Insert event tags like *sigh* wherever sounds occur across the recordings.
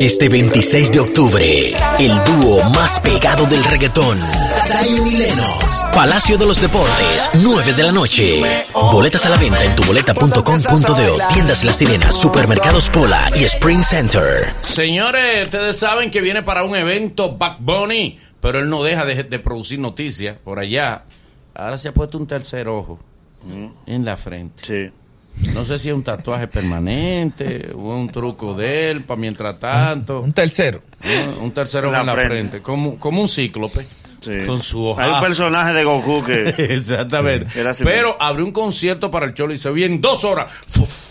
Este 26 de octubre, el dúo más pegado del reggaetón, Zion y Lennox, Palacio de los Deportes, 9 de la noche. Boletas a la venta en tuboleta.com.de, tiendas La Sirena, supermercados Pola y Spring Center. Señores, ustedes saben que viene para un evento Back Bunny, pero él no deja de, de producir noticias por allá. Ahora se ha puesto un tercer ojo en la frente. Mm. Sí. No sé si es un tatuaje *laughs* permanente o un truco de él para mientras tanto. Un tercero. Un- Un tercero La en la frente, frente. como, como un cíclope. Sí. Con su Hay un hoja. personaje de Goku que. *laughs* Exactamente. Sí, era así Pero mismo. abrió un concierto para el Cholo y se vio en dos horas. ¡fuf!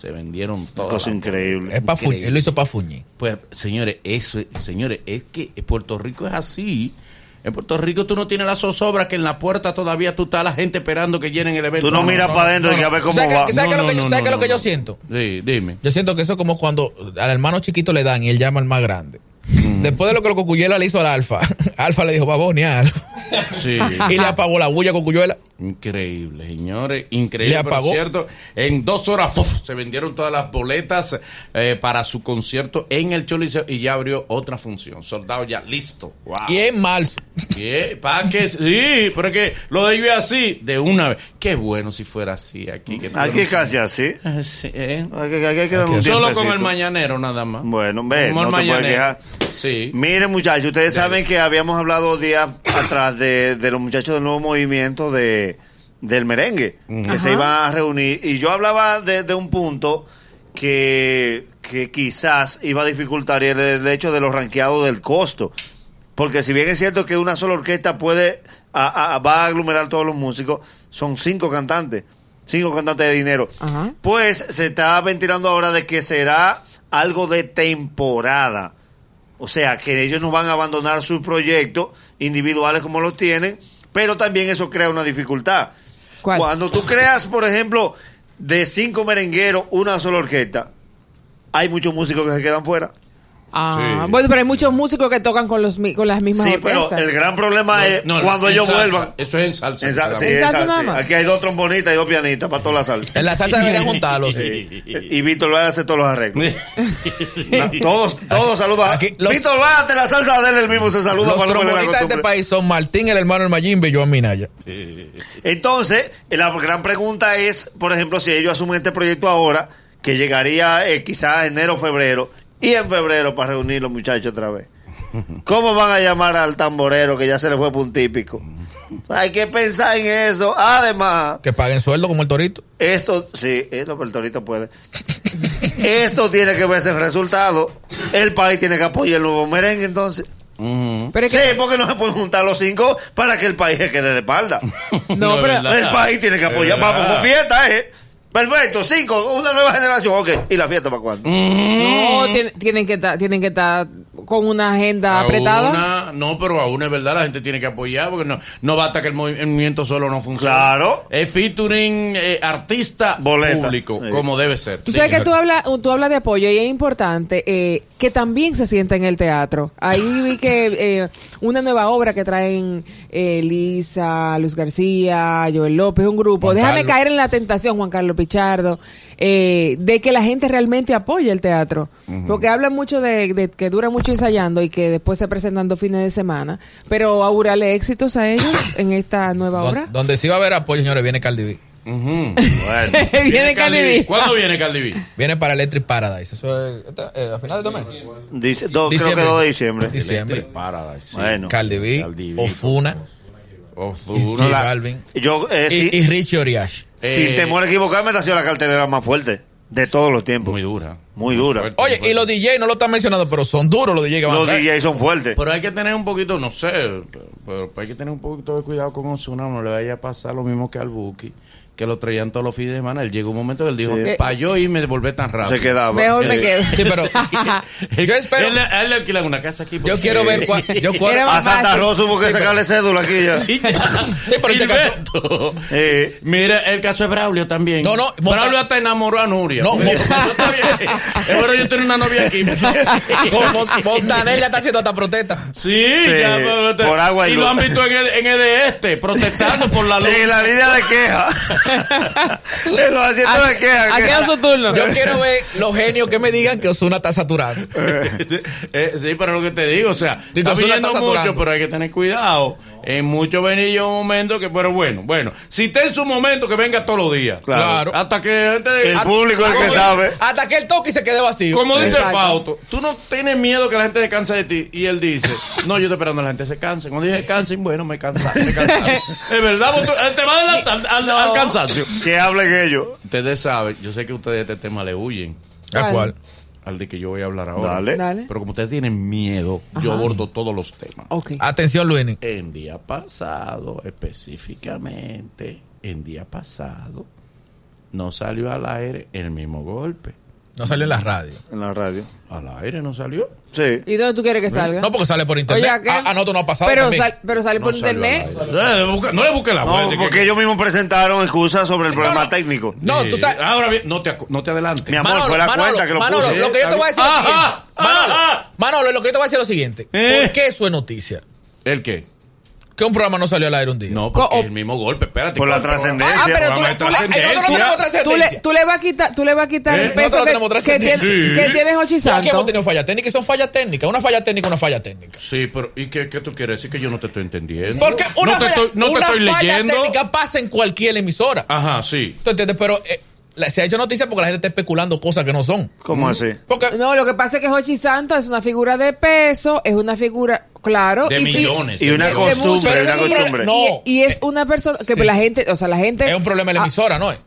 Se vendieron todas. cosa las- increíble. Es pa' fuñir, él lo hizo para fuñir. Pues, señores, eso, señores, es que Puerto Rico es así. En Puerto Rico tú no tienes la zozobra que en la puerta todavía tú estás la gente esperando que llenen el evento. Tú no miras para adentro y a ver cómo ¿Sabes va. qué- ¿Sabes qué es lo que No, yo- no, sabes qué es no, lo que no. yo siento? Sí, dime. Yo siento que eso es como cuando al hermano chiquito le dan y él llama al más grande. Después de lo que lo Cocuyuela le hizo al Alfa, *laughs* Alfa le dijo, va a bonear. Sí. *laughs* Y le apagó la bulla a Cocuyuela. Increíble, señores, increíble. Le pero apagó. cierto, en dos horas ¡fuf! se vendieron todas las boletas eh, para su concierto en el Choliseo y ya abrió otra función. Soldado ya, listo. Wow. Y en marzo. ¿Para qué? Sí, pero es que lo de ellos es así, de una vez. Qué bueno si fuera así aquí. Que Aquí es tenemos- casi así. Ah, sí, ¿eh? Aquí, aquí hay que dar un Solo con tiempecito. el mañanero nada más. Bueno, ve, Como el no te puedes quejar. Sí. Miren, muchachos, ustedes saben que habíamos hablado días atrás de, de los muchachos del nuevo movimiento de, del merengue, que se iban a reunir. Y yo hablaba de, de un punto que, que quizás iba a dificultar y era el, hecho de los ranqueados del costo. Porque si bien es cierto que una sola orquesta puede a- a- a- va a aglomerar todos los músicos, son cinco cantantes, cinco cantantes de dinero. Ajá. Pues se está ventilando ahora de que será algo de temporada. O sea, que ellos no van a abandonar sus proyectos individuales como los tienen, pero también eso crea una dificultad. ¿Cuál? Cuando tú creas, por ejemplo, de cinco merengueros una sola orquesta, hay muchos músicos que se quedan fuera. Ah, Sí. Bueno, pero hay muchos músicos que tocan con, los, mi- con las mismas Sí, pero orquestas. el gran problema es No, no, cuando en ellos salsa. vuelvan. Eso es en salsa. En sal- sí, claramente. en Exacto, sal- nada sí. más. Aquí hay dos trombonistas y dos pianistas para toda la salsa. En la salsa deberían juntarlos. Y Víctor Vega hace todos los arreglos. Na- todos, todos saludan. aquí los- Víctor Vega hace la salsa de él, el mismo se saluda. Los cuando vuelve la trombonistas de este costumbre. país son Martín, el hermano del Mayimbe y Joan Minaya. Entonces, la gran pregunta es, por ejemplo, si ellos asumen este proyecto ahora, que llegaría eh, quizás enero o febrero, y en febrero para reunir los muchachos otra vez. ¿Cómo van a llamar al tamborero que ya se le fue por un típico? Hay que pensar en eso. Además, Que paguen sueldo como el torito. esto, sí, esto pero el torito puede. Esto tiene que verse el resultado. El país tiene que apoyar el nuevo merengue entonces. Pero es Sí, que- porque no se pueden juntar los cinco para que el país se quede de espalda. No, No, pero... ¿verdad? El país tiene que apoyar. Es Vamos verdad. con fiesta, ¿eh? Perfecto, cinco, una nueva generación. Ok, ¿y la fiesta para cuándo? No, tien- tienen que estar tienen que estar con una agenda Ah, A apretada. una- no, pero aún es verdad, la gente tiene que apoyar porque no, no basta que el movi- el movimiento solo no funcione. Claro. Es featuring eh, artista Boleta. público, Sí. como debe ser. Tú sabes que tú hablas tú hablas de apoyo y es importante eh, que también se sienta en el teatro. Ahí vi que eh, una nueva obra que traen eh, Lisa, Luz García, Joel López, un grupo. Juan Déjame Carlos. caer en la tentación, Juan Carlos Pichardo, eh, de que la gente realmente apoye el teatro. Porque hablan mucho de, de que dura mucho ensayando y que después se presentan dos fines de semana. Pero augurale éxitos a *coughs* ellos en esta nueva obra. Don- Donde sí va a haber apoyo, señores, viene Cardi B. Ujú. Bueno, *laughs* Viene Cardi B. ¿Cuándo viene Cardi B? *laughs* Viene para Electric Paradise. Eso es esta- eh, a finales de mes. *laughs* dice, do- creo que Diciembre. 2 de diciembre. Diciembre. Paradise. sí. Oh, Bueno, Cardi Cardi B, B, Ofuna Ozuna. Y- la- Balvin. yo, eh, y, y sí, Richie Oriash. Eh, sin temor a equivocarme, esta ha sido la cartelera más fuerte de todos los tiempos. Muy dura. Muy dura. fuerte, Oye, muy y los DJ no lo están mencionando, pero son duros los DJ que van a Los traer. DJs son fuertes. Pero hay que tener un poquito, no sé, pero, pero hay que tener un poquito de cuidado con Osuna, no le vaya a pasar lo mismo que al Buki, que lo traían todos los fines de semana. Él llegó un momento que él dijo, Sí. para yo irme devolver tan rápido. Se quedaba. Mejor me Eh, quedo. Sí, pero yo espero. Él, a él le alquilan una casa aquí. Yo quiero *laughs* ver cua- yo cua- Era- A Santa Fácil. Rosa hubo que sacarle cédula aquí ya. Sí, pero este caso- Gilberto. Eh, Mira, el caso de Braulio también. No, no, monta- Braulio hasta enamoró a Nuria. *laughs* No, Mira, mo- yo también- Es bueno, yo tengo una novia aquí. Mon- Mon- Montaner ya está haciendo hasta protesta. Sí, Sí, ya, pero- por agua y y lo luz. han visto en el, en el de este, protestando por la luz. en la línea de queja. En los asientos ¿A, de queja. a qué era su turno? Yo quiero ver los genios que me digan que Osuna está saturado. Eh, *laughs* sí, pero lo que te digo, o sea, Tito está Azul la está viniendo mucho, saturando. pero hay que tener cuidado. En muchos venillos un momento que, pero bueno, bueno, si está en su momento, que venga todos los días. Claro. Claro. Hasta que El Hasta- público es el que hasta- sabe. Hasta que el toque y se quede vacío. "Ah, Como dice Exacto. Fausto, tú no tienes miedo que la gente se canse de ti. Y él dice, *laughs* no, yo estoy esperando a la gente se canse. Cuando dije cansen, bueno, me cansaron. Me cansaron. es verdad, vos tú- él te va a adelantar al, al cansancio. Que hablen ellos. Ustedes saben, yo sé que ustedes de este tema le huyen ¿A cuál? al de que yo voy a hablar ahora. Eh, Dale. Dale. Pero como ustedes tienen miedo, yo Ajá. abordo todos los temas. Ok. Atención, Luini. En día pasado, específicamente, en día pasado, no salió al aire el mismo golpe. No salió en la radio. En la radio. Al aire no salió. Sí. ¿Y dónde tú quieres que salga? No, porque sale por internet. Oye, ¿a qué? a, a nosotros no ha pasado pero, también. sal- pero sale No por salió internet. al aire. Eh, busca- no le busques la No, vuelta, que- porque ellos mismos presentaron excusas sobre el problema no. técnico. No, tú Eh, sabes- Ahora bien, no te, acu- no te adelantes. Mi amor, fue la cuenta que lo Manolo, puse. lo que yo te voy a decir es lo Ajá, siguiente. Manolo, ajá. Manolo, lo que yo te voy a decir es lo siguiente. Eh. ¿Por qué eso es noticia? ¿El qué? Que un programa no salió al aire un día. No, Co- porque o- es el mismo golpe, espérate. Por la ¿cuál programa? trascendencia. Ah, pero tú, Programa de tú le- Ay, nosotros no trascendencia. tenemos tú le, trascendencia. tú le vas a quitar, tú le vas a quitar ¿Eh? el peso Nosotros que, tenemos que trascendencia. tiene- que Ya tienes que hemos Ochisando. tenido fallas técnicas y son fallas técnicas. Una falla técnica, una falla técnica. Sí, pero ¿y qué, qué tú quieres decir que yo no te estoy entendiendo? Porque una no te falla, estoy, no te una estoy falla leyendo. técnica pasa en cualquier emisora. Ajá, sí. ¿Tú entiendes? Pero eh, la- se ha hecho noticia porque la gente está especulando cosas que no son. ¿Cómo así? Porque No, lo que pasa es que Hochi Santa es una figura de peso, es una figura, claro. De y- y- millones. Y una de costumbre, mucho. una Pero es un costumbre. problema- Y, y es una persona que Sí. la gente, o sea, la gente. es un problema de la Ah, emisora, ¿no es?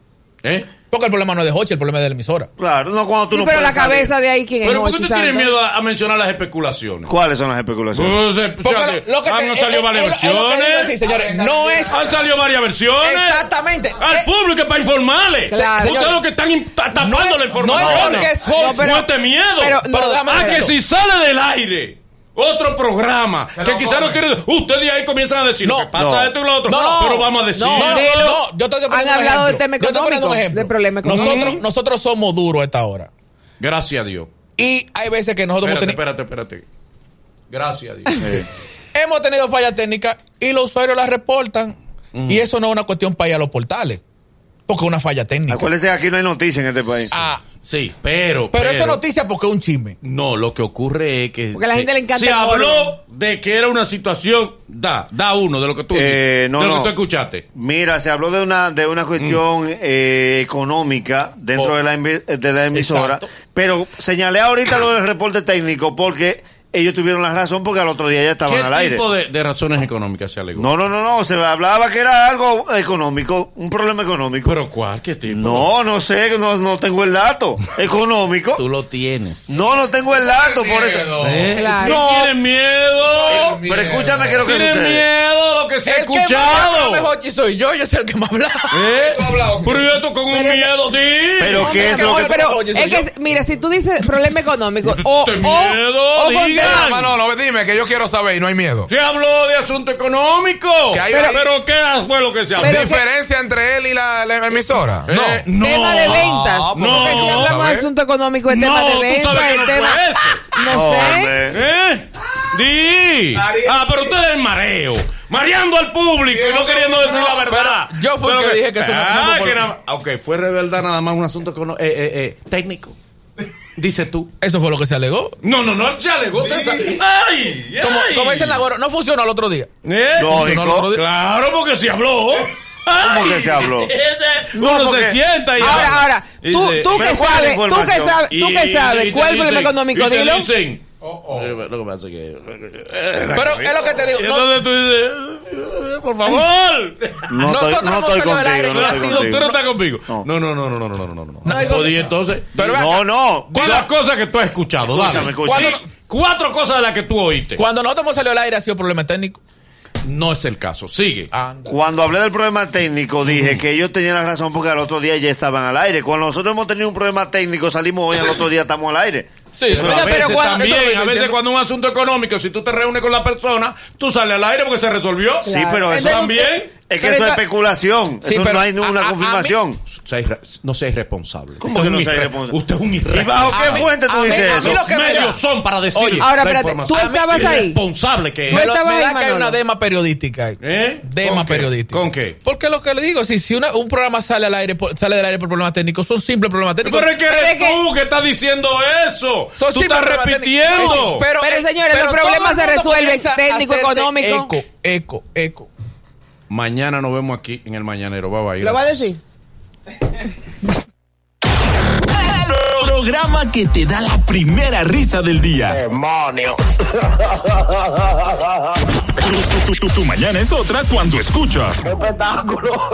¿Eh? Porque el problema no es de Hochi, el problema es de la emisora. Claro, no cuando tú sí, no pero la puedes salir. cabeza de ahí, ¿quién Pero ¿por es qué Hochi tú tienes Santa? miedo a, a mencionar las especulaciones? ¿Cuáles son las especulaciones? Pues, eh, Porque o sea, lo- lo que te- eh, han es- salido es- varias es lo- es lo que digo versiones. así, señores. No es Han salido varias versiones. Exactamente. Al Eh, público para informarles. Claro. Ustedes Señores, lo que están in- ta- tapando no es- la no información. es porque es Hochi. No, pero- Fuerte miedo. pero- Pero no, déjame Ah, que decirlo. si sale del aire otro programa Se que lo quizás no comen. tiene. Ustedes ahí comienzan a decir No, lo que pasa no. esto y lo otro. No, pero vamos a decir. No, no, Dilo. no, yo te estoy poniendo Han un hablado ejemplo. del tema Yo estoy poniendo un económico, ejemplo. del problema económico. Nosotros, nosotros somos duros a esta hora. Gracias a Dios. Y hay veces que nosotros hemos Espérate, tenido, espérate, espérate. Gracias a Dios. hemos tenido fallas técnicas y los usuarios las reportan. Y eso no es una cuestión para ir a los portales. Porque es una falla Ah, técnica. Acuérdense que aquí no hay noticia en este país. *laughs* Ah, Sí, pero. pero, eso es noticia porque es un chisme. No, lo que ocurre es que. Porque a la se- gente le encanta Se el habló morbo. de que era una situación. Da, da uno de lo que tú. Eh, no, de lo no. que tú escuchaste. Mira, se habló de una de una cuestión eh, económica dentro Mm. Oh. de, la, envi- de la emisora, Exacto. pero señalé ahorita lo del reporte técnico porque ellos tuvieron la razón porque al otro día ya estaban ¿Qué al aire. tipo de, de razones económicas se alegó? No, no, no, no, se hablaba que era algo económico, un problema económico. ¿Pero cuál? ¿Qué tipo? no, no sé, no, no tengo el dato económico. Tú lo tienes. No, no tengo el dato, por eso. Miedo. ¿Eh? Claro. ¿Tú tienes miedo? Pero escúchame que lo que Tienes sucede. miedo lo que se ha El que más habla escuchado. mejor chi soy yo, yo soy el que más habla. *laughs* ¿Eh? Pero yo esto con un miedo, tío. Pero Hombre, qué es lo amor, que pero Oye, soy es que yo. es- mira, si tú dices problema económico o, o, Te miedo, o con- digan. Manolo, dime que yo quiero saber y no hay miedo. Se habló de asunto económico. Que hay- pero, pero ¿qué fue lo que se habló? Pero- Diferencia entre él y la, la emisora. Eh, No. no. tema de ventas. No. Ah, pues, Porque si hablamos de ¿sabes? asunto económico, es tema No, de tú ventas, sabes que es no tema. fue ese. No sé. Hombre. ¿Eh? Di. Ah, pero usted es el mareo. Mareando al público y no queriendo decir la verdad. pero yo fui el Pero que dije que eso no- Ah, no, por- que nada- Ok, fue de verdad nada más un asunto econo- eh, eh, eh, técnico. Dice tú. Eso fue lo que se alegó. No, no, no, ya le gusta esa- ¡Ay! Como, ay. como dicen ahora, no funcionó al otro día. ¿Eh? No, Funcionó al otro día. Claro, porque se habló. ¿Cómo Ay. que se habló? *laughs* Ese- No, Uno porque- se sienta y. Ahora, ahora, y tú, se- tú que Pero ¿cuál sabes, tú que información? sabes, y- tú que y- y sabes, te ¿cuál es el problema dicen- económico? y te Dilo. dicen- Oh, Eh, Lo que pasa es que. Pero es lo que te digo. Y no- entonces tú dices, "Eh, por favor. No Nosotros estoy, no no estoy salimos del aire, contigo, no no ha sido- estoy Tú no contigo. estás conmigo. No. No, no, no, no, no, no, no, no, no, no. Pues, hay y conmigo. entonces. Pero vea, No, no. ¿Cuál es la cosa que tú has escuchado? Escúchame, Dale. escúchame. Cuatro- Cuatro cosas de las que tú oíste. cuando nosotros hemos salido al aire ha sido problema técnico. No es el caso. Sigue. Anda. Cuando hablé del problema técnico, dije que ellos tenían la razón porque al otro día ya estaban al aire. Cuando nosotros hemos tenido un problema técnico, salimos hoy, al otro día estamos al aire. Sí, Pero Oye, a veces pero cuando- también, eso lo que a estoy veces diciendo. cuando un asunto económico, si tú te reúnes con la persona, tú sales al aire porque se resolvió. Sí, pero eso Entonces, también. Es que Pero eso es está- especulación. Sí, eso pero no hay ninguna a- a- a confirmación. mí- Sea irre- no sea irresponsable. ¿Cómo Usted que es no un sea irre- irresponsonsable? Usted es un ¿Y bajo irresponsable. qué fuente tú a mí- dices a mí eso? lo Los que me da- medios son para decir Oye, Ahora, la espérate, información. ¿tú estabas Qué ahí? irresponsable que ¿Tú es. Me, lo- estabas me ahí, da que hay Manolo? una dema periodística. ahí. ¿Eh? Dema ¿Con qué? periodística. ¿Con qué? Porque lo que le digo, si, si una- un programa sale al aire por- sale del aire por problemas técnicos, son simples problemas técnicos. Pero es que Pero eres es que- tú que estás diciendo eso. Son tú simples estás problemas repitiendo. técnicos. Pero, Pero, eh, señores, los todo problemas el se mundo resuelven, comienza a técnico, hacerse económico. Eco, eco, eco. Mañana nos vemos aquí en el Mañanero. Bye bye. ¿Lo va a gracias. decir? El programa que te da la primera risa del día. ¡Demonios! Tu, tu, tu, tu mañana es otra cuando escuchas. ¡Espectáculo!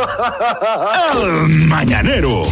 El Mañanero.